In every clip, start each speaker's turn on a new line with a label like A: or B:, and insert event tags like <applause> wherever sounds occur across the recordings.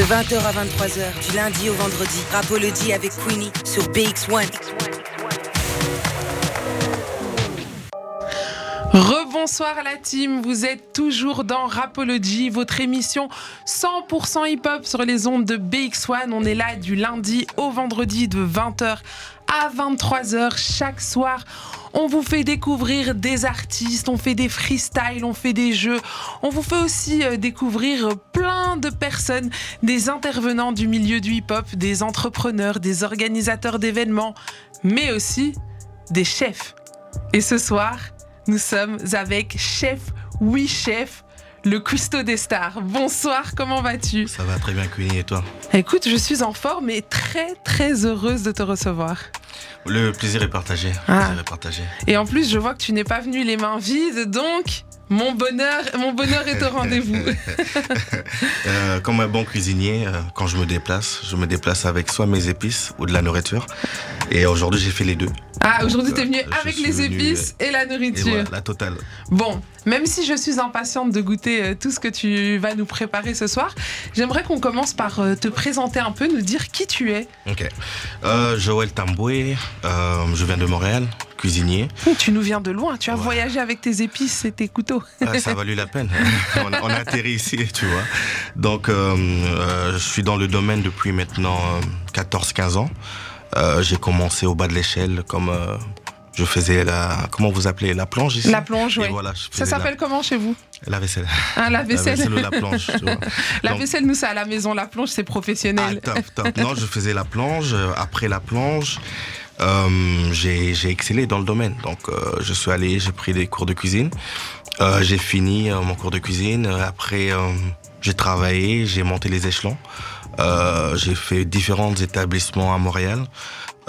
A: 20h à 23h, du lundi au vendredi. Rapology avec Queenie sur BX1.
B: Rebonsoir à la team, vous êtes toujours dans Rapology, votre émission 100% hip-hop sur les ondes de BX1. On est là du lundi au vendredi de 20h à 23h chaque soir. On vous fait découvrir des artistes, on fait des freestyles, on fait des jeux, on vous fait aussi euh, découvrir plein de personnes, des intervenants du milieu du hip-hop, des entrepreneurs, des organisateurs d'événements, mais aussi des chefs. Et ce soir, nous sommes avec Chef Oui Chef, le cuistot des stars. Bonsoir, comment vas-tu
C: Ça va très bien, Queenie, et toi
B: Écoute, je suis en forme et très très heureuse de te recevoir.
C: Le plaisir est partagé. le
B: Ah.
C: plaisir est partagé.
B: Et en plus, je vois que tu n'es pas venu les mains vides, donc mon bonheur, mon bonheur
C: <laughs>
B: est au rendez-vous.
C: Euh, comme un bon cuisinier, euh, quand je me déplace, je me déplace avec soit mes épices ou de la nourriture. Et aujourd'hui, j'ai fait les deux.
B: Ah, aujourd'hui,
C: Donc,
B: t'es venu
C: euh, je
B: avec
C: suis
B: les
C: venu,
B: épices et la
C: Et
B: nourriture.
C: voilà, la totale.
B: Bon, même si je suis impatiente de goûter euh, tout ce que tu vas nous préparer ce soir, j'aimerais qu'on commence par euh, te présenter un peu, nous dire qui tu es.
C: Ok. Euh, Joël Tamboué, euh, je viens de Montréal, cuisinier.
B: Hum, Tu nous viens de loin, tu as
C: Ouais.
B: voyagé avec tes épices et tes
C: <laughs>
B: couteaux.
C: Ah, ça a valu la peine. <laughs> on, a, on a atterri ici, tu vois. Donc, euh, euh, je suis dans le domaine depuis maintenant euh, 14-15 ans. Euh, j'ai commencé au bas de l'échelle, comme euh, je faisais la. Comment vous appelez La plonge ici
B: La plonge,
C: Et
B: ouais.
C: voilà, je
B: Ça
C: faisais la-
B: s'appelle comment chez vous
C: la, vaisselle.
B: Hein, <laughs> La
C: La
B: vaisselle. <laughs>
C: vaisselle ou la plonge. tu vois.
B: La
C: Donc-
B: vaisselle, nous, c'est à la maison. La plonge, c'est
C: Ah,
B: professionnel.
C: top, top. Non, je faisais la plonge. euh, Après la plonge, euh, j'ai j'ai excellé dans le domaine. Donc, euh, je suis allé, j'ai pris des cours de cuisine. Euh, j'ai fini euh, mon cours de cuisine. Euh, Après, euh, j'ai travaillé, j'ai monté les échelons. Euh, j'ai fait différents établissements à Montréal.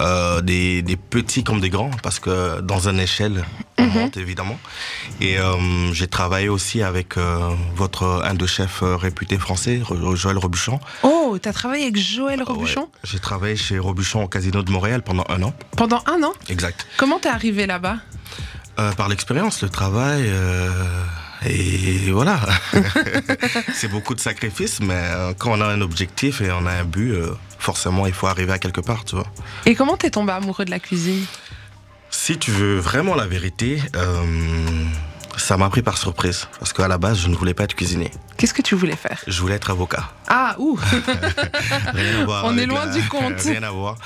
C: Euh, des, des petits comme des grands, parce que dans une échelle, on monte évidemment. Et euh, j'ai travaillé aussi avec euh, votre, un de chefs euh, réputés français, Ro- Joël Robuchon.
B: Oh, t'as travaillé avec Joël Robuchon
C: Ah Ouais, J'ai travaillé chez Robuchon au Casino de Montréal pendant un an.
B: pendant un an.
C: Exact.
B: Comment t'es arrivé là-bas
C: Euh, par l'expérience, le travail. euh, et voilà. <laughs> c'est beaucoup de sacrifices, mais euh, quand on a un objectif et on a un but, euh, forcément, il faut arriver à quelque part, tu vois.
B: Et comment t'es tombé amoureux de la cuisine
C: Si tu veux vraiment la vérité, euh, ça m'a pris par surprise. Parce qu'à la base, je ne voulais pas être cuisinier.
B: Qu'est-ce que tu voulais faire
C: Je voulais être avocat.
B: Ah, ouh
C: Rien à voir
B: On
C: avec
B: est loin
C: la-
B: du compte.
C: <laughs> Rien à voir.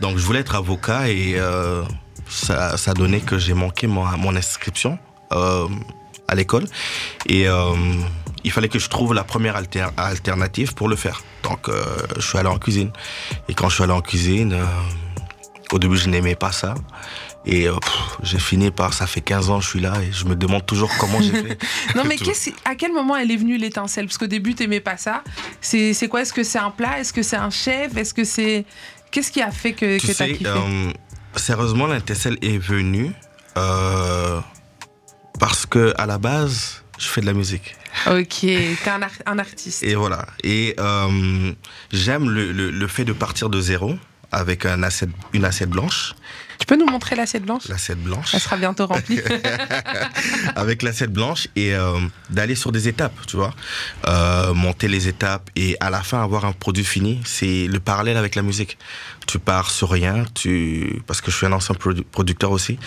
C: Donc, je voulais être avocat et euh, ça, ça donnait que j'ai manqué mon, mon inscription euh, à l'école. Et euh, il fallait que je trouve la première alter- alternative pour le faire. Donc, euh, je suis allé en cuisine. Et quand je suis allé en cuisine, euh, au début, je n'aimais pas ça. Et euh, pff, j'ai fini par, ça fait 15 ans que je suis là et je me demande toujours comment
B: <laughs>
C: j'ai fait. <laughs>
B: Non, mais
C: Tout.
B: qu'est-ce- à quel moment elle est venue l'étincelle Parce qu'au début, t'aimais pas ça. C'est c'est quoi Est-ce que c'est un plat Est-ce que c'est un chef Est-ce que c'est. Qu'est-ce qui a fait que, que
C: Tu
B: t'as
C: sais,
B: kiffé
C: euh, sérieusement, l'intercelle est venue euh, parce que à la base, je fais de la musique.
B: Ok, t'es un, ar- un artiste.
C: euh, Et voilà. Et euh, j'aime le, le- le fait de partir de zéro avec un assiette, une assiette blanche.
B: Tu peux nous montrer l'assiette blanche
C: L'assiette blanche.
B: Elle sera bientôt
C: <laughs>
B: remplie.
C: avec l'assiette blanche et euh, d'aller sur des étapes, tu vois. Euh, monter les étapes et à la fin avoir un produit fini, c'est le parallèle avec la musique. Tu pars sur rien, tu parce que je suis un ancien produ- producteur aussi.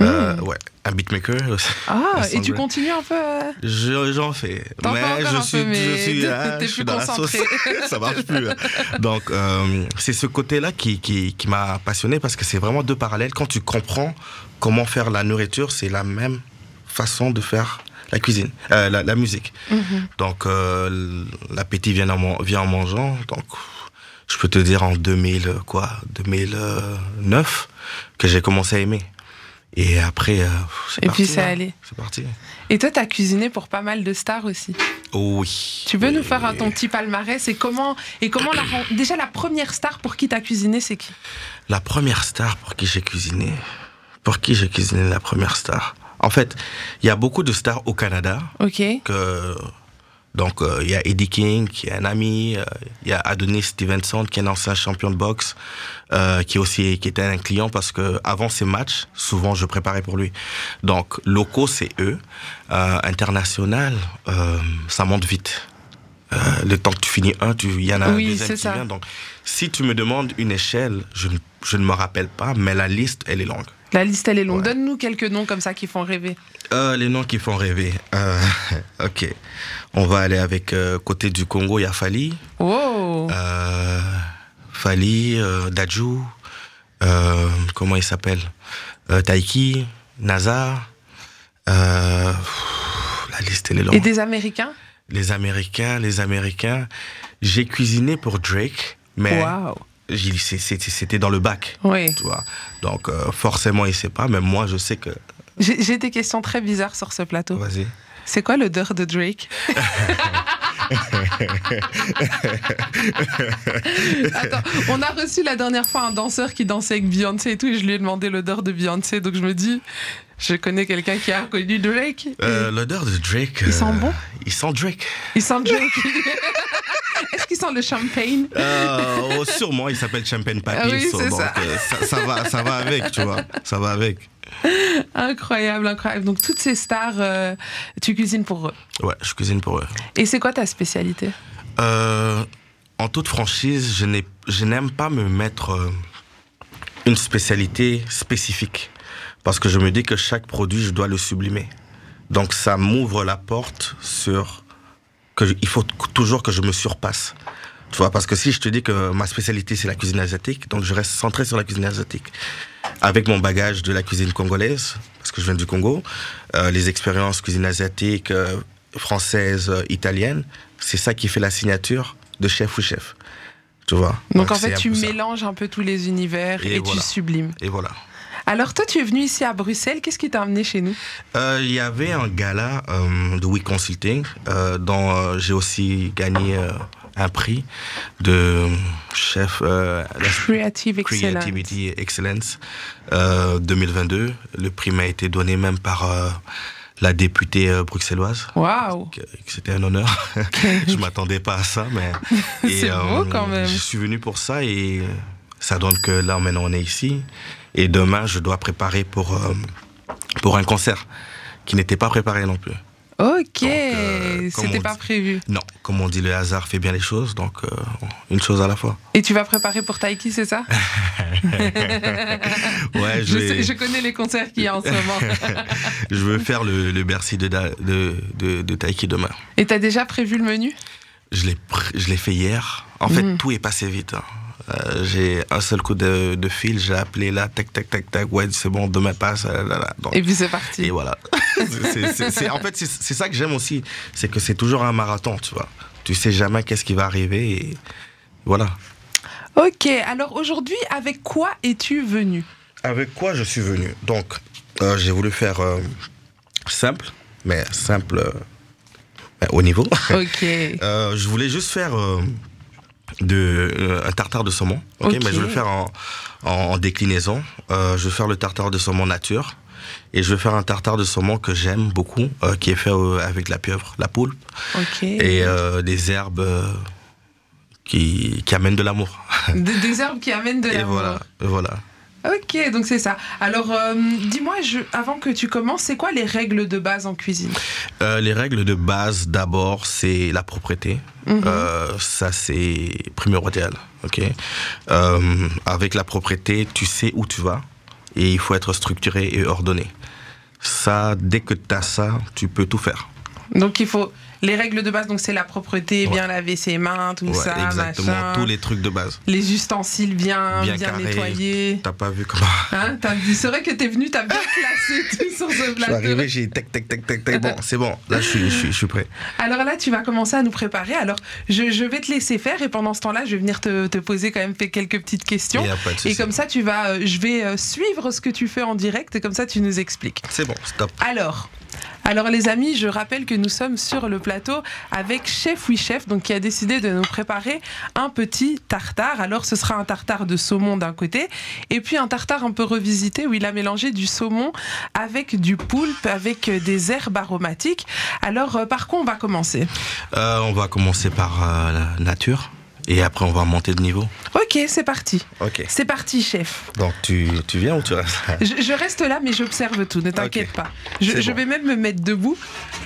C: Euh, ouais, un beatmaker. aussi.
B: Ah,
C: Elle
B: et tu
C: semble-
B: continues un peu euh,
C: Je- J'en fais.
B: T'en fais
C: mais
B: encore
C: je
B: un
C: suis,
B: peu, mais
C: je suis,
B: t'es-
C: ah,
B: t'es
C: je
B: plus
C: suis dans la sauce. <laughs>
B: concentré.
C: Ça marche
B: <laughs>
C: plus. hein. Donc, euh, c'est ce côté-là qui, qui, qui m'a passionné parce que c'est vraiment deux parallèles. Quand tu comprends comment faire la nourriture, c'est la même façon de faire la cuisine, euh, la, la musique.
B: Mhm.
C: Donc, euh, l'appétit vient en, man- vient en mangeant. Donc, je peux te dire en 2000, euh, quoi, 2009, que j'ai commencé à aimer. Et après, euh, c'est
B: Et
C: parti.
B: puis ça
C: hein.
B: allait.
C: C'est parti.
B: Et toi, t'as cuisiné pour pas mal de stars aussi.
C: Oh oui.
B: Tu veux nous faire un,
C: Et-
B: ton petit palmarès et comment et comment la ren- déjà la première star pour qui t'as cuisiné c'est qui
C: La première star pour qui j'ai cuisiné. Pour qui j'ai cuisiné la première star En fait, il y a beaucoup de stars au Canada.
B: Ok.
C: Que, euh, donc, euh, il y a Eddie King, qui est un ami. euh, Il y a Adonis Stevenson, qui est un ancien champion de boxe, euh, qui, est aussi, qui était un client parce que avant ses matchs, souvent, je préparais pour lui. Donc, locaux, c'est eux. Euh, international, euh, ça monte vite. euh, le temps que tu finis un, tu- il y en a
B: Oui,
C: un deuxième
B: c'est
C: qui
B: ça.
C: vient. Donc, si tu me demandes une échelle, je, ne- je ne me rappelle pas, mais la liste, elle est longue.
B: La liste, elle est longue.
C: Ouais.
B: Donne-nous quelques noms comme ça qui font rêver.
C: Euh, les noms qui font rêver. Euh, <laughs> ok. On va aller avec euh, côté du Congo, il y a Fali.
B: Oh
C: Euh, Fali, euh, Dadju, euh, comment il s'appelle Euh, Taiki, NASA. euh, pff, la liste, elle est longue.
B: Et des Américains
C: Les Américains, les Américains. J'ai cuisiné pour Drake, mais
B: Waouh
C: j'y- c'est- c'était c'était dans le bac.
B: Oui.
C: Tu vois. Donc, euh, forcément, il sait pas, mais moi, je sais que.
B: J'ai j'ai des questions très bizarres sur ce plateau.
C: Vas-y.
B: C'est quoi l'odeur de
C: <laughs>
B: Drake Attends, on a reçu la dernière fois un danseur qui dansait avec Beyoncé et tout, et je lui ai demandé l'odeur de Beyoncé, donc je me dis, je connais quelqu'un qui a reconnu Drake. et
C: Euh, L'odeur de Drake.
B: Il sent
C: euh,
B: bon
C: Il sent Drake.
B: Il sent Drake. <laughs> Est-ce qu'il sent le champagne
C: Euh, oh, sûrement, il s'appelle Champagne Papy.
B: Ah oui,
C: so,
B: c'est
C: donc,
B: ça.
C: euh, ça, ça va, ça va avec, tu vois. Ça va avec.
B: Incroyable, incroyable. Donc toutes ces stars, euh, tu cuisines pour eux.
C: Ouais, je cuisine pour eux.
B: Et c'est quoi ta spécialité
C: Euh, en toute franchise, je n'ai- je n'aime pas me mettre euh, une spécialité spécifique. Parce que je me dis que chaque produit, je dois le sublimer. Donc ça m'ouvre la porte sur que je- il faut t- toujours que je me surpasse. Tu vois, parce que si je te dis que ma spécialité c'est la cuisine asiatique, donc je reste centré sur la cuisine asiatique. Avec mon bagage de la cuisine congolaise, parce que je viens du Congo, euh, les expériences cuisine asiatique, euh, française, euh, italienne, c'est ça qui fait la signature de chef ou chef. Tu vois.
B: Donc en
C: c'est
B: fait,
C: un
B: tu
C: peu ça.
B: mélanges un peu tous les univers et,
C: Et voilà.
B: tu sublimes.
C: Et voilà.
B: Alors toi, tu es venu ici à Bruxelles. Qu'est-ce qui t'a amené chez nous
C: Euh, Il y avait un gala euh, de We Consulting euh, dont euh, j'ai aussi gagné euh, un prix de chef euh, la
B: Creative Excellence.
C: Creativity Excellence euh, 2022. Le prix m'a été donné même par euh, la députée euh, bruxelloise.
B: Waouh
C: que- que C'était un honneur. <laughs> je m'attendais pas à ça, mais
B: <laughs>
C: et,
B: C'est beau quand même.
C: Je suis venu pour ça et ça donne que là maintenant on est ici et demain je dois préparer pour euh, pour un concert qui n'était pas préparé non plus.
B: Ok,
C: euh, comme
B: c'était
C: on
B: pas
C: dit-
B: prévu.
C: Non, comme on dit, le hasard fait bien les choses, donc euh, une chose à la fois.
B: Et tu vas préparer pour Taiki, c'est ça
C: Ouais,
B: <laughs>
C: je,
B: je,
C: vais-
B: sais- je connais les concerts qu'il y a en ce moment.
C: <laughs> je veux faire le, le Bercy de, Da- de, de, de Taiki demain.
B: Et t'as déjà prévu le menu
C: Je l'ai, pr- je l'ai fait hier. En fait,
B: Mhm.
C: tout est passé vite. hein. Euh, j'ai un seul coup de, de fil, j'ai appelé là, tac, tac, tac, tac, ouais, c'est bon, demain passe, là, là, là. Donc,
B: Et puis c'est parti.
C: et voilà. C'est- c'est- c'est- en fait, c'est, c'est ça que j'aime aussi, c'est que c'est toujours un marathon, tu vois. Tu sais jamais qu'est-ce qui va arriver et voilà.
B: Ok, alors aujourd'hui, avec quoi es-tu venu
C: Avec quoi je suis venu Donc, euh, j'ai voulu faire euh, simple, mais simple euh, ben, au niveau. <laughs>
B: Ok.
C: Euh, je voulais juste faire euh, de, euh, un tartare de saumon, ok,
B: Ok.
C: mais je vais le faire en, en- en déclinaison. Euh, je vais faire le tartare de saumon nature et je vais faire un tartare de saumon que j'aime beaucoup, euh, qui est fait euh, avec la pieuvre, la poule
B: Ok.
C: et euh, des herbes euh, qui, qui amènent de l'amour.
B: Des, des herbes qui amènent de
C: Et
B: l'amour.
C: voilà, et voilà.
B: Ok, donc c'est ça. Alors, euh, dis-moi, je- avant que tu commences, c'est quoi les règles de base en cuisine
C: Euh, les règles de base, d'abord, c'est la propreté.
B: Mhm.
C: Euh, ça, c'est primordial. ok Euh, avec la propreté, tu sais où tu vas et il faut être structuré et ordonné. Ça, dès que tu as ça, tu peux tout faire.
B: Donc, il faut. Les règles de base, donc c'est la propreté, bien laver ses mains, tout
C: Ouais,
B: ça,
C: exactement,
B: machin.
C: tous les trucs de base.
B: Les ustensiles bien, bien,
C: Bien carrés.
B: nettoyés.
C: T'as pas vu comment
B: Hein, t'as- c'est vrai que t'es venu, t'as bien classé <laughs> tout sur ce
C: je suis arrivé,
B: plateau.
C: j'ai tac, tac, tac, tac, tac. Bon, c'est bon, là, je suis, je suis, je suis prêt.
B: Alors là, tu vas commencer à nous préparer. Alors, je, je vais te laisser faire et pendant ce temps-là, je vais venir te, te poser quand même quelques petites questions.
C: Il y a pas de
B: Et
C: souci.
B: comme ça, tu vas, euh, je vais euh, suivre ce que tu fais en direct et comme ça, tu nous expliques.
C: C'est bon, stop.
B: Alors, alors les amis, je rappelle que nous sommes sur le plateau avec Chef Oui Chef, donc qui a décidé de nous préparer un petit tartare. Alors, ce sera un tartare de saumon d'un côté, et puis un tartare un peu revisité où il a mélangé du saumon avec du poulpe, avec euh, des herbes aromatiques. Alors, euh, par quoi on va commencer
C: Euh, on va commencer par euh, la nature Et après, on va monter de niveau.
B: Ok, c'est parti.
C: Ok.
B: C'est parti, chef.
C: Donc, tu, tu viens ou tu restes
B: Je, je reste là, mais j'observe tout, ne t'inquiète
C: Ok.
B: pas. Je,
C: C'est
B: je
C: bon.
B: vais même me mettre debout,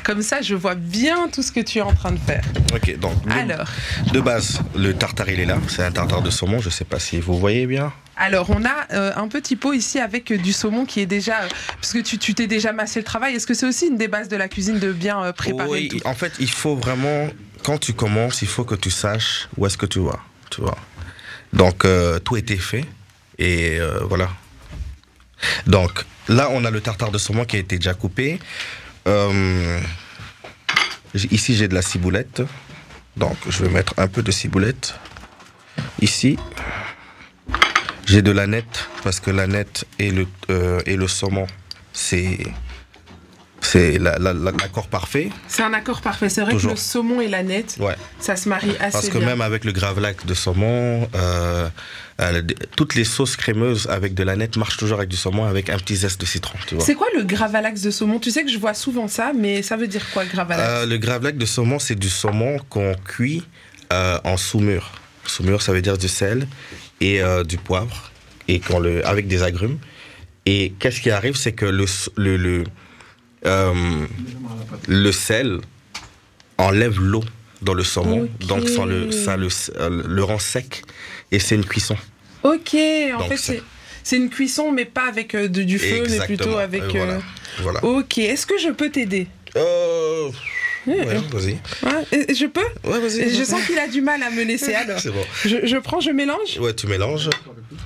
B: comme ça je vois bien tout ce que tu es en train de faire.
C: Ok, donc, le-
B: Alors,
C: de base, le tartare, il est là. C'est un tartare de saumon. Je sais pas si vous voyez bien.
B: alors on a euh, un petit pot ici avec euh, du saumon qui est déjà... euh, parce que tu tu t'es déjà massé le travail, est-ce que c'est aussi une des bases de la cuisine de bien euh, préparer
C: Oui,
B: tout
C: en fait, il faut vraiment, quand tu commences, il faut que tu saches où est-ce que tu vas. Tu vois. Donc, euh, tout était fait. Et euh, voilà. Donc, là, on a le tartare de saumon qui a été déjà coupé. Euh, j- ici, j'ai de la ciboulette. Donc, je vais mettre un peu de ciboulette. Ici, j'ai de la nette, parce que la nette et le, euh, et le saumon, c'est c'est la- la- la- l'accord parfait.
B: C'est un accord parfait, c'est vrai
C: Toujours.
B: que le saumon et la nette,
C: Ouais.
B: ça se marie assez
C: Parce que
B: bien.
C: même avec le gravlac de saumon, euh, euh, d- toutes les sauces crémeuses avec de la nette marchent toujours avec du saumon avec un petit zeste de citron, tu vois.
B: C'est quoi le gravalax de saumon Tu sais que je vois souvent ça, mais ça veut dire quoi gravalax
C: Euh, le gravlac de saumon, c'est du saumon qu'on cuit euh, en saumure. Saumure, ça veut dire du sel et euh, du poivre et qu'on le avec des agrumes. Et qu'est-ce qui arrive, c'est que le s- le le, euh, le sel enlève l'eau dans le saumon,
B: Ok.
C: donc ça le ça le euh, le rend sec et c'est une cuisson.
B: Ok, en
C: Donc,
B: fait,
C: c'est-
B: c'est- c'est une cuisson, mais pas avec euh, de- du feu, mais plutôt
C: Exactement.
B: avec.
C: Euh, voilà.
B: euh,
C: Voilà.
B: Ok, est-ce que je peux t'aider
C: Euh,
B: Euh,
C: ouais, vas-y.
B: hein, euh, Je peux
C: Ouais, vas-y.
B: Je sens qu'il a du mal à me laisser. Alors,
C: C'est bon.
B: je, je prends, je mélange
C: Ouais, tu mélanges.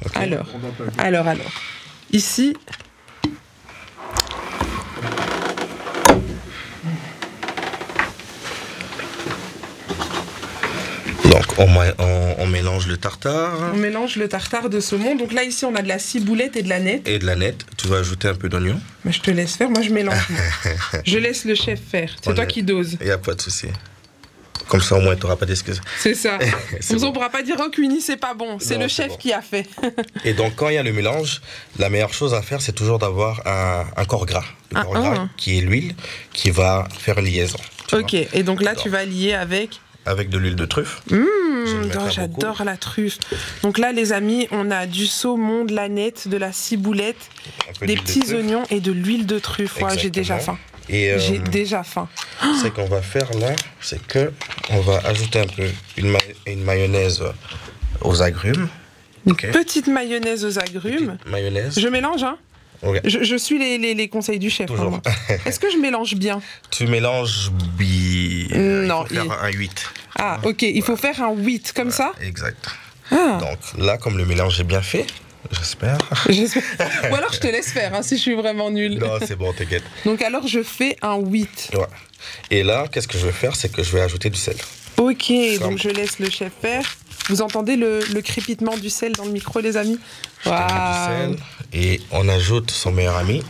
C: Ok.
B: Alors, alors, alors. Ici.
C: Donc, on, ma- on- on mélange le tartare
B: On mélange le tartare de saumon. Donc là, ici, on a de la ciboulette et de la nette.
C: et de la nette. Tu vas ajouter un peu d'oignon.
B: Mais je te laisse faire, moi je
C: <laughs>
B: mélange. moi. je laisse le chef faire. C'est
C: On
B: toi
C: est-
B: qui doses.
C: Il n'y a pas de souci. Comme ça, au moins, tu n'auras pas d'excuses.
B: C'est ça.
C: <laughs> C'est
B: On ne
C: bon.
B: pourra pas dire oh, Cuny, c'est pas bon. C'est
C: Non,
B: le
C: c'est
B: chef
C: bon.
B: qui a fait.
C: Et donc, quand il y a le mélange, la meilleure chose à faire, c'est toujours d'avoir un, un corps gras. Le
B: Ah,
C: corps
B: ah.
C: gras, qui est l'huile, qui va faire une liaison. tu vois,
B: ok, et donc là, tu vas lier avec.
C: Avec de l'huile de truffe. Je vais le
B: Mmh,
C: mettre
B: non,
C: à
B: J'adore la truffe. Donc là, les amis, on a du saumon, de la nette, de la ciboulette,
C: un peu
B: des
C: d'huile de
B: petits
C: truffe.
B: oignons et de l'huile de truffe. Ouais, J'ai déjà faim.
C: Exactement. Et, euh,
B: J'ai déjà faim.
C: Ce qu'on va faire là, c'est que on va ajouter un peu une, ma- une mayonnaise aux agrumes.
B: Une
C: ok.
B: petite mayonnaise aux agrumes.
C: Petite Mayonnaise.
B: Je mélange, hein
C: Ok.
B: je, je suis les, les- les conseils du chef.
C: Toujours. <laughs>
B: vraiment. Est-ce que je mélange bien
C: Tu mélanges bi.
B: Non,
C: il faut
B: il-
C: faire un 8.
B: Ah, ok, il faut faire un 8 comme ça
C: Exact.
B: <laughs> Ah,
C: Donc là, comme le mélange est bien fait,
B: <laughs>
C: j'espère.
B: j'espère. Ou alors je te laisse faire hein, si je suis vraiment nulle.
C: non, c'est bon, t'inquiète.
B: Donc alors je fais un 8.
C: Ouais. Et là, qu'est-ce que je vais faire C'est que je vais ajouter du sel.
B: Ok,
C: Vraiment.
B: donc je laisse le chef faire. Vous entendez le, le crépitement du sel dans le micro, les amis Waouh.
C: Du sel. Et on ajoute son meilleur ami.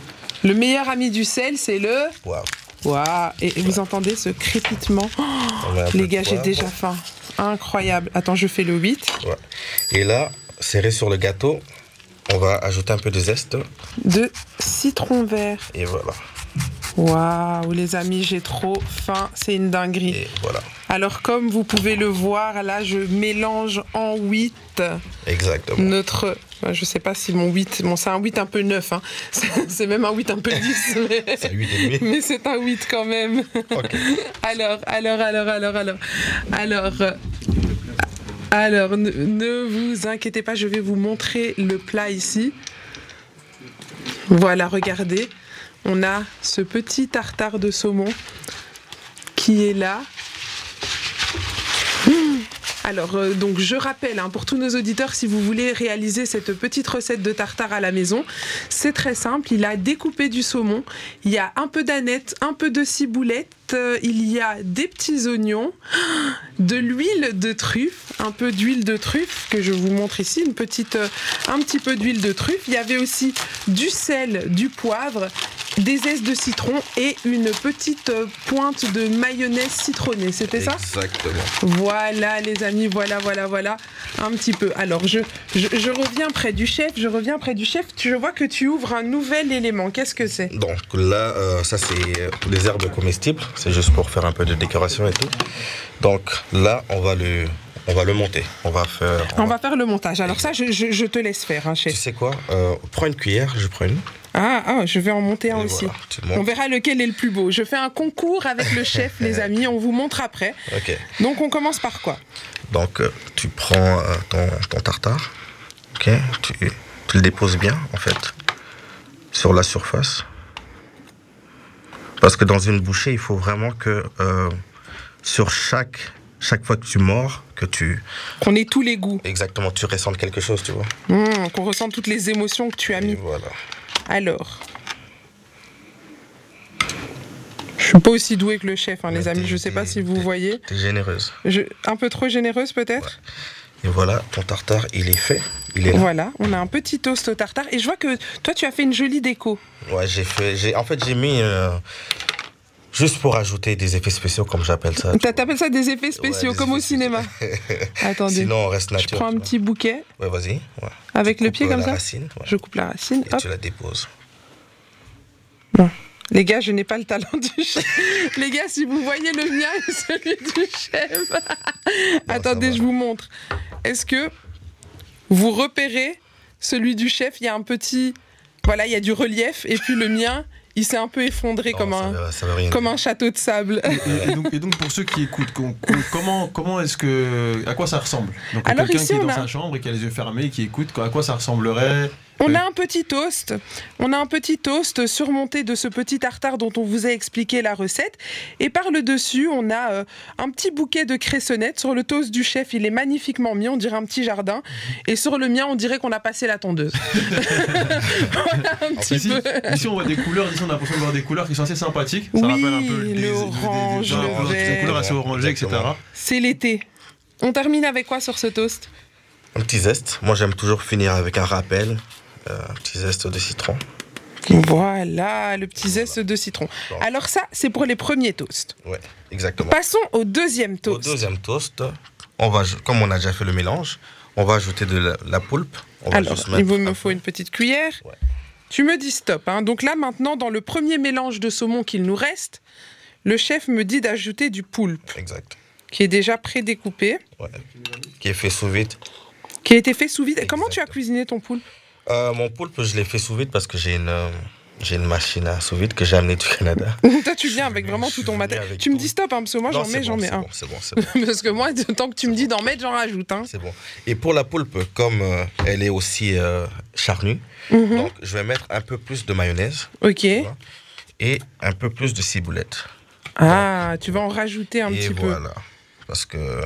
B: Le meilleur ami du sel, c'est le.
C: Waouh.
B: Waouh Et vous entendez ce crépitement Oh,
C: On met un peu
B: Les
C: de
B: gars, j'ai
C: poivre.
B: déjà faim. Incroyable. Attends, je fais le 8.
C: Ouais. Et là, serré sur le gâteau, on va ajouter un peu de zeste.
B: De citron vert.
C: Et voilà.
B: Waouh, les amis, j'ai trop faim. C'est une dinguerie.
C: Et voilà.
B: Alors, comme vous pouvez le voir, là, je mélange en 8. Mm.
C: Exactement.
B: Notre. ouais, Je sais pas si mon 8. Bon, c'est un 8 un peu 9. Hein. <laughs> C'est c'est même un 8 un peu 10. mais-
C: C'est
B: <laughs>
C: à 8,5.
B: Mais c'est un 8 quand même.
C: Ok.
B: Alors, alors, alors, alors, alors. Alors. euh, Alors, ne, ne vous inquiétez pas, je vais vous montrer le plat ici. Voilà, regardez. On a ce petit tartare de saumon qui est là. Mmh. Alors, euh, donc, je rappelle, hein, pour tous nos auditeurs, si vous voulez réaliser cette petite recette de tartare à la maison, c'est très simple. Il a découpé du saumon, il y a un peu d'aneth, un peu de ciboulette, euh, il y a des petits oignons, <gasps> de l'huile de truffe, un peu d'huile de truffe que je vous montre ici, une petite, euh, un petit peu d'huile de truffe. Il y avait aussi du sel, du poivre, des zestes de citron et une petite euh, pointe de mayonnaise citronnée. C'était ça
C: Exactement.
B: voilà les amis, voilà, voilà, voilà, un petit peu. Alors je, je, je reviens près du chef, je reviens près du chef, Tu- je vois que tu ouvres un nouvel élément, qu'est-ce que c'est
C: Donc là, euh, ça c'est euh, les herbes comestibles. C'est juste pour faire un peu de décoration et tout. Donc là, on va le, On va le monter. On va faire.
B: On va faire le montage. Alors ça, je, je- je te laisse faire, hein,
C: Tu
B: chef.
C: sais quoi Euh, Prends une cuillère, je prends une.
B: Ah, ah, je vais en monter un
C: Et
B: aussi.
C: voilà, tu le
B: On
C: montes.
B: verra lequel est le plus beau. Je fais un concours avec le chef,
C: <laughs>
B: les amis. On vous montre après.
C: Ok.
B: Donc, on commence par quoi
C: Donc, euh, tu prends euh, ton, ton tartare, ok tu, tu le déposes bien, en fait, sur la surface. Parce que dans une bouchée, il faut vraiment que euh, sur chaque, chaque fois que tu mords, que tu...
B: Qu'on ait tous les goûts,
C: Exactement, tu ressentes quelque chose, tu vois.
B: Mmh, qu'on ressente toutes les émotions que tu as
C: Et
B: mis.
C: voilà.
B: Alors. Je suis pas aussi douée que le chef, hein, les
C: Mais
B: amis.
C: t'es-
B: Je sais pas
C: t'es-
B: si vous
C: t'es-
B: voyez.
C: T'es généreuse.
B: Je, un peu trop généreuse peut-être.
C: Et voilà, ton tartare, il est fait. Il est là.
B: Voilà, on a un petit toast au tartare. Et je vois que toi, tu as fait une jolie déco.
C: Ouais, j'ai fait... j'ai- En fait, j'ai mis... euh, juste pour ajouter des effets spéciaux, comme j'appelle ça. Ah, tu
B: T'a-
C: vois.
B: T'appelles ça des effets spéciaux,
C: des
B: comme au
C: effets
B: cinéma.
C: <laughs>
B: Attendez,
C: Sinon, on reste
B: je
C: nature.
B: prends un
C: tu vois.
B: petit bouquet
C: Ouais, vas-y. ouais.
B: avec
C: Tu
B: le
C: coupes,
B: pied
C: euh,
B: comme
C: la
B: ça.
C: racine, ouais.
B: Je coupe la racine.
C: Et
B: Hop.
C: tu la déposes.
B: Les gars, je n'ai pas le talent du chef. <laughs> Les gars, si vous voyez le mien et celui du
C: <laughs>
B: chef. Attendez,
C: va.
B: je vous montre. Est-ce que vous repérez celui du chef Il y a un petit. Voilà, il y a du relief. Et puis le mien, il s'est un peu effondré
C: Non,
B: comme,
C: ça
B: un,
C: veut- ça veut rien
B: comme
C: dire.
B: un château de sable.
D: Et donc, et donc, pour ceux qui écoutent, com- com- comment, comment est-ce que, à quoi ça ressemble Donc
B: Alors hein.
D: quelqu'un
B: ici,
D: qui est
B: on
D: dans
B: a-
D: sa chambre et qui a les yeux fermés et qui écoute, à quoi ça ressemblerait
B: On
D: Ouais.
B: a un petit toast. On a un petit toast surmonté de ce petit tartare dont on vous a expliqué la recette. Et par le dessus, on a euh, un petit bouquet de cressonnettes. Sur le toast du chef, il est magnifiquement mis. On dirait un petit jardin. Et sur le mien, on dirait qu'on a passé la tondeuse. <laughs> voilà un petit
D: ici,
B: peu.
D: ici, on voit des couleurs, ici on a l'impression de voir des couleurs qui sont assez sympathiques. Ça
B: Oui,
D: rappelle un peu le, des- des-
B: l'orange,
D: des- des-
B: le
D: des- des- des
B: vert.
D: couleurs assez orangées, etc.
C: Exactement.
B: C'est l'été. On termine avec quoi sur ce toast
C: Un petit zeste. Moi, j'aime toujours finir avec un rappel. euh, un petit zeste de citron.
B: Voilà, le petit zeste de citron. Alors ça, c'est pour les premiers toasts.
C: Ouais, exactement.
B: Passons au deuxième
C: Au
B: toast.
C: deuxième toast, on va, aj- comme on a déjà fait le mélange, on va ajouter de la, la poulpe. On va
B: Alors,
C: juste
B: il
C: mettre
B: vous
C: un
B: me
C: peu-
B: faut une petite cuillère.
C: Ouais.
B: Tu me dis stop. hein. Donc là, maintenant, dans le premier mélange de saumon qu'il nous reste, le chef me dit d'ajouter du poulpe,
C: Exact.
B: qui est déjà prédécoupé,
C: Ouais. Qui est fait sous vide.
B: qui a été fait sous vide. Et Comment tu as
C: Exact.
B: cuisiné ton
C: <laughs>
B: poulpe
C: Euh, mon poulpe, je l'ai fait sous vide parce que j'ai une, euh, j'ai une machine à sous vide que j'ai amenée du
B: <laughs>
C: Canada.
B: Toi, tu viens avec vraiment
C: je
B: tout
C: suis
B: ton
C: venu
B: matériel.
C: avec
B: Tu me
C: tout.
B: dis stop, hein, parce que moi,
C: Non,
B: j'en
C: c'est
B: mets,
C: bon,
B: j'en mets
C: c'est
B: un.
C: bon, c'est bon, c'est bon.
B: <laughs> Parce que moi, tant que tu me dis d'en mettre, j'en rajoute hein. un.
C: C'est bon. Et pour la poulpe, comme euh, elle est aussi euh, charnue,
B: Mhm.
C: donc je vais mettre un peu plus de mayonnaise
B: Ok.
C: vois. et un peu plus de ciboulette.
B: Ah, tu vas en rajouter un
C: et
B: petit peu.
C: voilà. Parce que euh,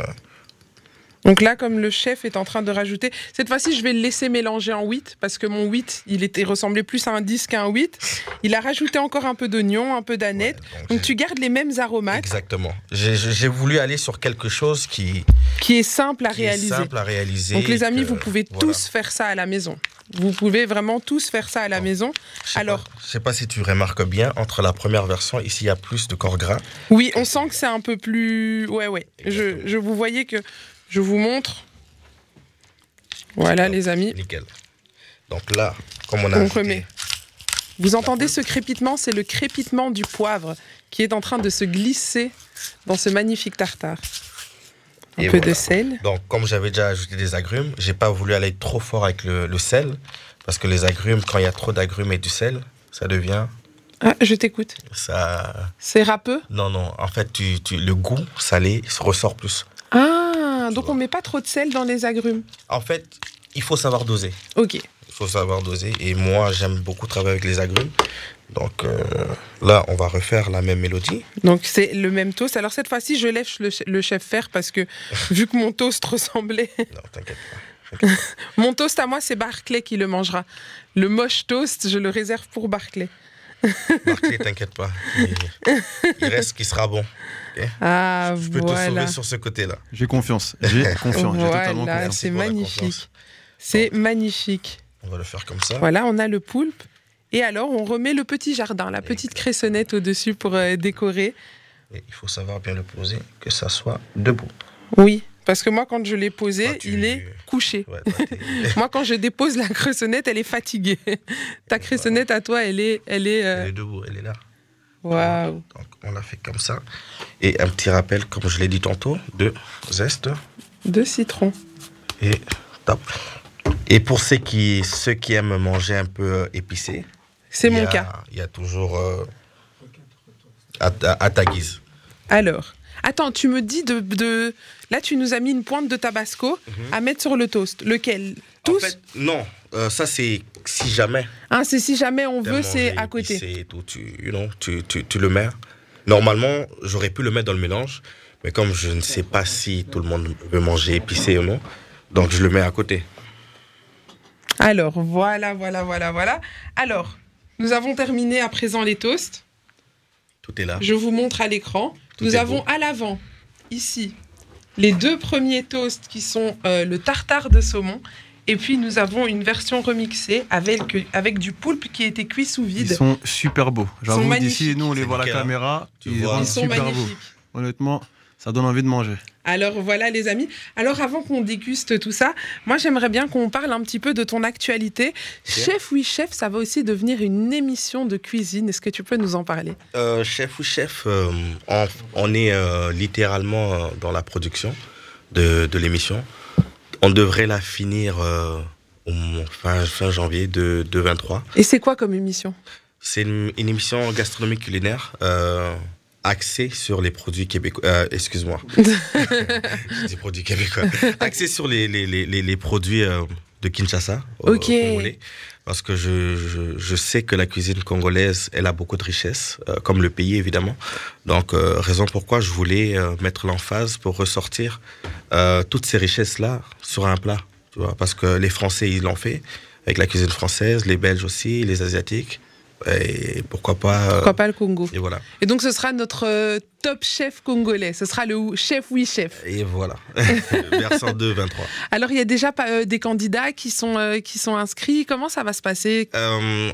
B: Donc là, comme le chef est en train de rajouter, cette fois-ci, je vais le laisser mélanger en 8 parce que mon 8, il était ressemblait plus à un 10 qu'à un 8. Il a rajouté encore un peu d'oignon, un peu
C: ouais,
B: d'aneth.
C: donc
B: Donc
C: j'ai-
B: tu gardes les mêmes aromates,
C: Exactement. J'ai- J'ai j'ai voulu aller sur quelque chose qui,
B: qui est simple à
C: qui est
B: réaliser.
C: simple à réaliser.
B: Donc les amis,
C: que-
B: vous pouvez
C: voilà.
B: tous faire ça à la maison. Vous pouvez vraiment tous faire ça à la
C: Oh.
B: maison.
C: Je sais pas-
B: alors-
C: je sais pas si tu remarques bien, entre la première version, ici, il y a plus de corps gras.
B: Oui, on sent que c'est un peu plus... Ouais, ouais. Je,
C: Exactement.
B: je vous voyais que... Je vous montre. Voilà
C: Hop.
B: les amis.
C: Nickel. Donc là, comme on a
B: On
C: ajouté-
B: remet. Vous entendez ce crépitement C'est le crépitement du poivre qui est en train de se glisser dans ce magnifique tartare. Un
C: Et
B: peu de
C: voilà.
B: sel.
C: Donc, comme j'avais déjà ajouté des agrumes, j'ai pas voulu aller trop fort avec le, le sel, parce que les agrumes, quand il y a trop d'agrumes et du sel, ça devient,
B: Ah, je t'écoute.
C: ça,
B: C'est râpeux
C: non, non. En fait, tu, tu- le goût salé se ressort plus.
B: Ah, donc
C: vois.
B: on met pas trop de sel dans les agrumes.
C: En fait, il faut savoir doser.
B: Ok.
C: Il faut savoir doser. Et moi, j'aime beaucoup travailler avec les agrumes. Donc euh, là, on va refaire la même mélodie.
B: Donc c'est le même toast. Alors cette fois-ci, je lèche le, le chef faire parce que <laughs> vu que mon toast ressemblait... <laughs>
C: Non, t'inquiète pas.
B: Mon toast à moi, c'est Barclay qui le mangera. Le moche toast, je le réserve pour Barclay.
C: Barclay, t'inquiète pas. Il, il reste ce qui sera bon.
B: Ah,
C: Je peux te
B: voilà.
C: sauver sur ce côté-là.
D: J'ai confiance, j'ai
B: <laughs>
D: confiance, j'ai totalement
B: Voilà,
D: confiance.
B: c'est
C: pour la
B: magnifique.
C: confiance.
B: C'est magnifique.
C: On va le faire comme ça.
B: Voilà, on a le poulpe. Et alors, on remet le petit jardin, la petite cressonnette au-dessus pour euh, décorer.
C: Et il faut savoir bien le poser, que ça soit debout.
B: Oui, parce que moi, quand je l'ai posé,
C: Ah, tu-
B: il est couché.
C: Ouais, toi, t'es-
B: <laughs> moi, quand je dépose la cressonnette, elle est
C: <laughs>
B: fatiguée. Ta cressonnette à toi, elle est... Elle est euh,
C: elle est debout, elle est là.
B: Waouh.
C: Donc on la fait comme ça. Et un petit rappel, comme je l'ai dit tantôt, de zeste
B: de citron.
C: Et top. Et pour ceux qui, ceux qui aiment manger un peu euh, épicé,
B: C'est
C: il y
B: mon
C: a-
B: cas.
C: Il y a toujours euh, à, ta- à ta guise.
B: Alors, attends, tu me dis de, de- Là, tu nous as mis une pointe de tabasco à mettre sur le toast. Lequel Tous
C: Mhm. En fait, non, euh, ça c'est si jamais.
B: Hein, C'est si jamais on veut,
C: T'as
B: c'est
C: mangé
B: à côté.
C: épicé et tout, tu, you know, tu, tu, tu le mets. Normalement, j'aurais pu le mettre dans le mélange, mais comme je ne sais pas si tout le monde veut manger épicé ou non, donc je le mets à côté.
B: Alors, voilà, voilà, voilà, voilà. Alors, nous avons terminé à présent les toasts.
C: Tout est là.
B: Je vous montre à l'écran.
C: Tout
B: Nous
C: est
B: avons
C: beau.
B: à l'avant, ici, les deux premiers toasts qui sont euh, le tartare de saumon. Et puis nous avons une version remixée avec, avec du poulpe qui a été cuit sous
D: Ils
B: vide.
D: sont super beaux. J'avoue, d'ici,
B: magnifiques.
D: nous, on les
C: C'est
D: voit à la
C: nickel, hein.
D: caméra.
C: Tu
D: Ils
C: vois.
D: rendent
B: Ils sont
D: super beaux.
B: magnifiques.
D: Honnêtement, ça donne envie de manger.
B: Alors voilà les amis. Alors avant qu'on déguste tout ça, moi j'aimerais bien qu'on parle un petit peu de ton actualité. Chef oui chef, ça va aussi devenir une émission de cuisine. Est-ce que tu peux nous en parler
C: Euh, chef ou chef, euh, on, on est euh, littéralement euh, dans la production de, de l'émission. On devrait la finir euh, au moment- fin, fin janvier de, de 23.
B: Et c'est quoi comme émission
C: C'est une, une émission gastronomique culinaire euh, axée sur les produits québécois. euh, Excuse-moi. Je dis produits québécois. Axée sur les, les, les, les- les produits euh, de Kinshasa, euh,
B: Ok.
C: congolais. Parce que je, je, je sais que la cuisine congolaise, elle a beaucoup de richesses, euh, comme le pays évidemment. Donc, euh, raison pourquoi je voulais euh, mettre l'emphase pour ressortir euh, toutes ces richesses-là sur un plat. Tu vois, parce que les Français, ils l'ont fait, avec la cuisine française, les Belges aussi, les Asiatiques. Et pourquoi pas. euh,
B: Pourquoi pas le Congo
C: Et voilà.
B: Et donc ce sera notre euh, top chef congolais. Ce sera le ou- chef oui chef.
C: Et voilà. <laughs> Versant 2, 23.
B: Alors il y a déjà pas- euh, des candidats qui sont euh, qui sont inscrits. Comment ça va se passer
C: Euh,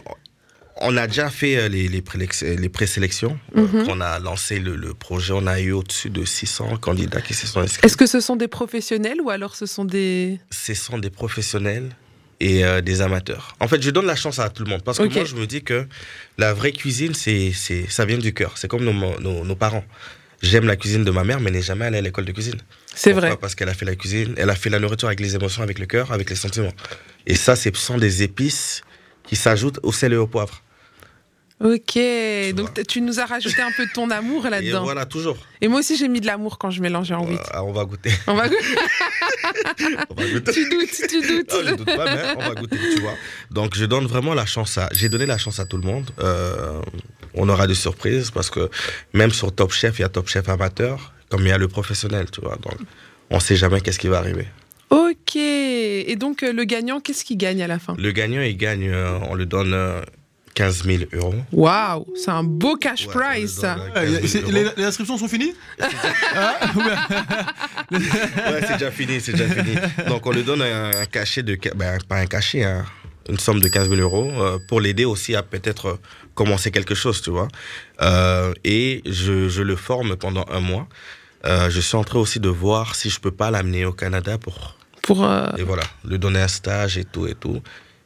C: on a déjà fait euh, les, les, prélex- les présélections. euh,
B: Mhm.
C: qu'on a lancé le, le projet. On a eu au-dessus de 600 candidats qui se sont inscrits.
B: Est-ce que ce sont des professionnels ou alors ce sont des
C: ce sont des professionnels et euh, des amateurs. En fait, je donne la chance à tout le monde parce
B: Ok.
C: que moi, je me dis que la vraie cuisine, c'est, c'est, ça vient du cœur. C'est comme nos, nos, nos parents. J'aime la cuisine de ma mère, mais elle n'est jamais allée à l'école de cuisine.
B: C'est
C: Pourquoi
B: vrai.
C: Parce qu'elle a fait la cuisine, elle a fait la nourriture avec les émotions, avec le cœur, avec les sentiments. Et ça, ce sont des épices qui s'ajoutent au sel et au poivre.
B: Ok.
C: vois.
B: Donc t- tu nous as rajouté un peu de ton
C: <laughs>
B: amour
C: Et
B: là-dedans.
C: voilà, toujours.
B: Et moi aussi, j'ai mis de l'amour quand je mélangeais en 8.
C: Euh, on va goûter. <laughs>
B: On va... <laughs>
C: On va goûter.
B: tu doutes, tu doutes.
C: Non, Ah, je doute pas, mais on va goûter, tu vois. Donc, je donne vraiment la chance à. J'ai donné la chance à tout le monde. Euh, on aura des surprises parce que même sur Top Chef, il y a Top Chef amateur, comme il y a le professionnel, tu vois. Donc, on sait jamais qu'est-ce qui va arriver.
B: ok. Et donc, euh, le gagnant, qu'est-ce qu'il gagne à la fin
C: Le gagnant, il gagne, euh, on le donne euh, 15 000 euros.
B: Waouh, c'est un beau cash
C: Ouais, on le
B: prize. ça.
C: donne, euh, 15 000
D: Eh, c'est-
C: euros.
D: les, les inscriptions sont finies
C: Ouais, c'est déjà fini, c'est déjà fini. Donc, on lui donne un, un cachet de. Ben, pas un cachet, hein, une somme de 15 000 euros euh, pour l'aider aussi à peut-être euh, commencer quelque chose, tu vois. Euh, et je, je le forme pendant un mois. Euh, je suis en train aussi de voir si je peux pas l'amener au Canada pour.
B: Pour euh,
C: Et voilà, lui donner un stage et tout et tout.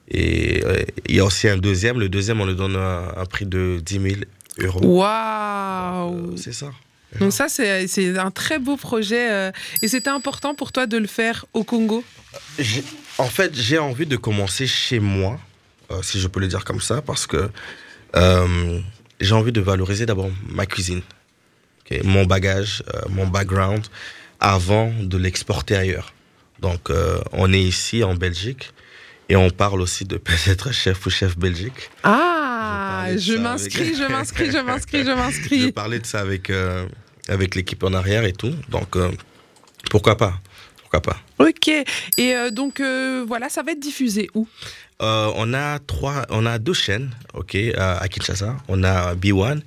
C: Et euh, il y a aussi un deuxième. Le deuxième, on lui donne un, un prix de 10 000 euros.
B: Waouh.
C: C'est ça.
B: Donc ça, c'est c'est un très beau projet. euh, et c'était important pour toi de le faire au Congo.
C: J'ai- En fait, j'ai envie de commencer chez moi, euh, si je peux le dire comme ça, parce que euh, j'ai envie de valoriser d'abord ma cuisine, ok, mon bagage, euh, mon background, avant de l'exporter ailleurs. Donc, euh, on est ici en Belgique et on parle aussi de <laughs> peut-être chef ou chef Belgique.
B: Ah,
C: parlais de
B: je
C: ça
B: m'inscris,
C: avec-
B: je m'inscris, je m'inscris, je
C: Je
B: m'inscris.
C: parlais de ça avec, euh, avec l'équipe en arrière et tout. Donc, euh, pourquoi pas Pourquoi pas
B: Ok. Et euh, donc, euh, voilà, ça va être diffusé où
C: Euh, on a trois, on a deux chaînes, ok, à à Kinshasa. On a B1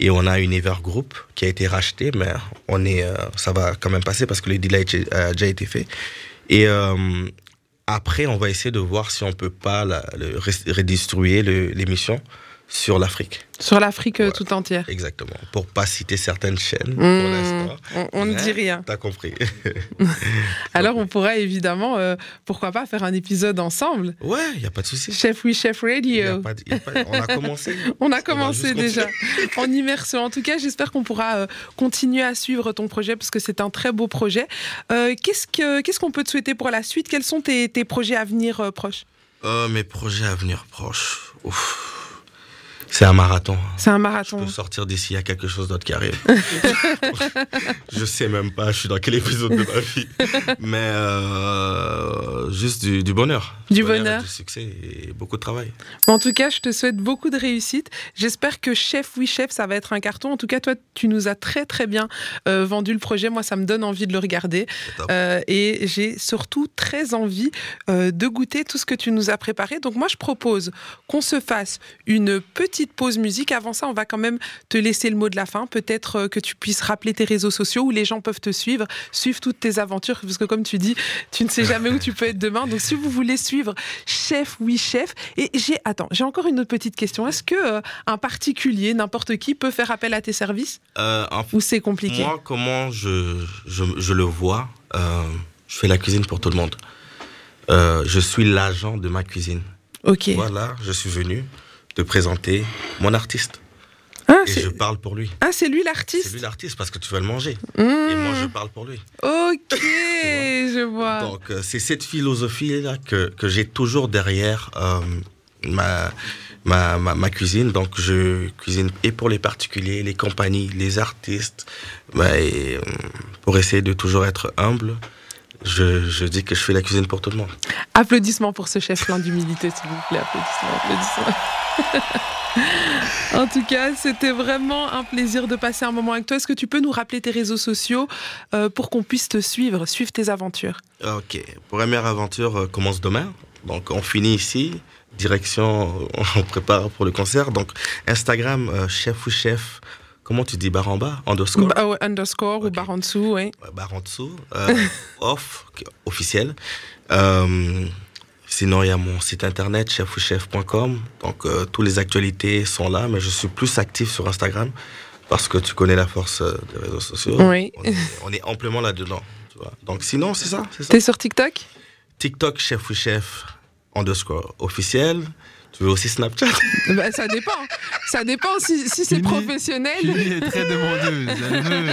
C: et on a Univer Group qui a été racheté, mais on est, euh, ça va quand même passer parce que le deal a, été- a déjà été fait. Et euh, après, on va essayer de voir si on peut pas la- le- redistribuer le- l'émission sur l'Afrique.
B: Sur l'Afrique euh,
C: Ouais.
B: tout entière.
C: Exactement. Pour pas citer certaines chaînes pour
B: Mmh,
C: l'instant.
B: on- on ne
C: Mais
B: dit rien.
C: T'as compris.
B: Alors on pourra évidemment, euh, pourquoi pas, faire un épisode ensemble.
C: Ouais, il a pas de souci.
B: Chef Oui Chef
C: Y a
B: Radio.
C: pas de- y a pas- on a commencé.
B: On a
C: juste
B: commencé
C: continuer.
B: déjà <laughs> en immersion. En tout cas, j'espère qu'on pourra euh, continuer à suivre ton projet parce que c'est un très beau projet. Euh, Qu'est-ce que- qu'est-ce qu'on peut te souhaiter pour la suite Quels sont tes, tes projets à venir euh, proches
C: Euh, mes projets à venir proches. Ouf. C'est un marathon. hein.
B: C'est un
C: Je
B: marathon.
C: peux sortir d'ici, il y a quelque chose d'autre qui
B: <laughs>
C: arrive. je sais même pas, je suis dans quel épisode de ma vie. Mais euh, juste du, du bonheur.
B: Du
C: et
B: bonheur.
C: Du succès et beaucoup de travail.
B: En tout cas, je te souhaite beaucoup de réussite. J'espère que Chef Oui Chef, ça va être un carton. En tout cas, toi, tu nous as très très bien euh, vendu le projet. Moi, ça me donne envie de le regarder.
C: Top.
B: Euh, et j'ai surtout très envie euh, de goûter tout ce que tu nous as préparé. Donc moi, je propose qu'on se fasse une petite pause musique. Avant ça, on va quand même te laisser le mot de la fin. Peut-être euh, que tu puisses rappeler tes réseaux sociaux où les gens peuvent te suivre, suivre toutes tes aventures, parce que comme tu dis, tu ne sais jamais où tu peux être demain. Donc si vous voulez suivre Chef, oui Chef. Et j'ai, attends, j'ai encore une autre petite question. Est-ce que euh, un particulier, n'importe qui, peut faire appel à tes services
C: Euh, en fait,
B: ou c'est compliqué
C: moi, comment je, je, je le vois, euh, je fais la cuisine pour tout le monde. Euh, je suis l'agent de ma cuisine.
B: Ok.
C: Voilà, je suis venu te présenter mon artiste.
B: Ah,
C: Et
B: c'est-
C: je parle pour lui.
B: ah, c'est lui
C: C'est
B: l'artiste
C: lui l'artiste parce que tu vas le manger. Et moi, je
B: Mmh.
C: parle pour lui.
B: Ok, je vois.
C: Donc, euh, c'est cette philosophie-là que, que j'ai toujours derrière euh, ma, ma, ma, ma cuisine. Donc, je cuisine et pour les particuliers, les compagnies, les artistes. Bah, et, euh, pour essayer de toujours être humble, je, je dis que je fais la cuisine pour tout le monde.
B: Applaudissements pour ce chef plein d'humilité, s'il vous plaît. Applaudissements, applaudissements. <laughs> En tout cas, c'était vraiment un plaisir de passer un moment avec toi. Est-ce que tu peux nous rappeler tes réseaux sociaux euh, pour qu'on puisse te suivre, suivre tes aventures
C: Ok, première aventure euh, commence demain. Donc, on finit ici. Direction, euh, <laughs> on prépare pour le concert. Donc, Instagram, euh, chef ou chef, comment tu dis, barre en bas, underscore
B: Bah, ouais, Underscore ou
C: Ok.
B: barre en dessous, oui.
C: Ouais, barre en dessous, euh, off, qui est officiel. Euh, sinon, il y a mon site internet, chefouchef.com. Donc, euh, toutes les actualités sont là, mais je suis plus actif sur Instagram parce que tu connais la force euh, des réseaux sociaux.
B: Oui.
C: On, est, on est amplement là-dedans. tu vois. Donc, sinon, c'est ça, c'est ça.
B: T'es sur TikTok
C: TikTok, chef ou chef, underscore officiel. Tu veux aussi Snapchat
B: Bah, Ça dépend. Ça dépend si, si c'est
D: Kimi-
B: professionnel.
D: Julie est très demandeuse. Elle veut.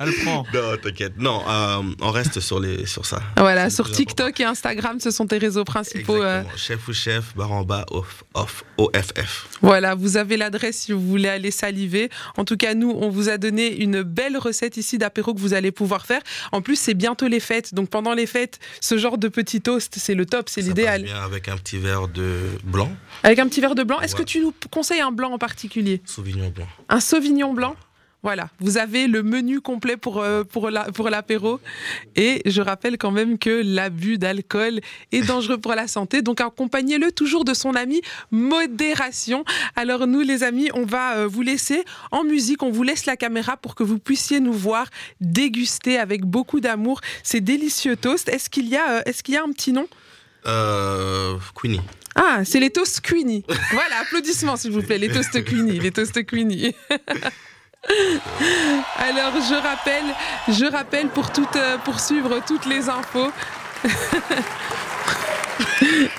D: Elle prend.
C: <laughs> Non, t'inquiète. Non, euh, on reste sur, les, sur ça.
B: Voilà,
C: C'est le
B: sur
C: plus
B: TikTok et Instagram, ce sont tes réseaux principaux. euh,
C: Exactement. Chef ou chef, barre en bas, off, off, OFF.
B: Voilà, vous avez l'adresse si vous voulez aller saliver. En tout cas, nous, on vous a donné une belle recette ici d'apéro que vous allez pouvoir faire. En plus, c'est bientôt les fêtes. Donc, pendant les fêtes, ce genre de petit toast, c'est le top, c'est
C: Ça passe
B: l'idéal.
C: bien avec un petit verre de blanc,
B: Avec un petit verre de blanc, est-ce
C: Ouais.
B: que tu nous conseilles un blanc en particulier
C: Sauvignon blanc.
B: Un sauvignon blanc voilà, vous avez le menu complet pour, euh, pour, la- pour l'apéro. Et je rappelle quand même que l'abus d'alcool est dangereux pour la santé. Donc accompagnez-le toujours de son ami modération. Alors nous les amis, on va euh, vous laisser en musique. On vous laisse la caméra pour que vous puissiez nous voir déguster avec beaucoup d'amour ces délicieux toasts. Est-ce qu'il y a, euh, est-ce qu'il y a un petit nom
C: Euh, Queenie.
B: Ah, c'est les toasts Queenie. Voilà, applaudissements s'il vous plaît, les toasts Queenie, les toasts Queenie. <laughs> Alors, je rappelle, je rappelle pour toute, euh, pour suivre toutes les infos. <laughs>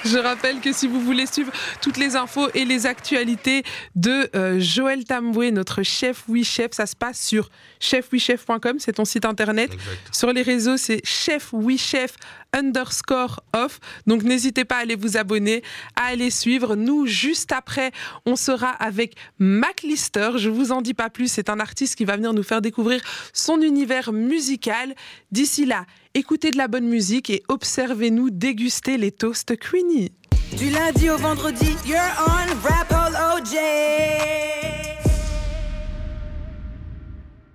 B: Je rappelle que si vous voulez suivre toutes les infos et les actualités de euh, Joël Tamoué, notre chef oui chef, ça se passe sur chefwichef.com, c'est ton site internet.
C: Exact.
B: Sur les réseaux, c'est chef oui chef underscore off. Donc n'hésitez pas à aller vous abonner, à aller suivre. Nous, juste après, on sera avec Mac Lister. Je vous en dis pas plus. C'est un artiste qui va venir nous faire découvrir son univers musical. D'ici là, écoutez de la bonne musique et observez-nous déguster les toasts Queenie.
A: Du lundi au vendredi, you're on Rap All OJ.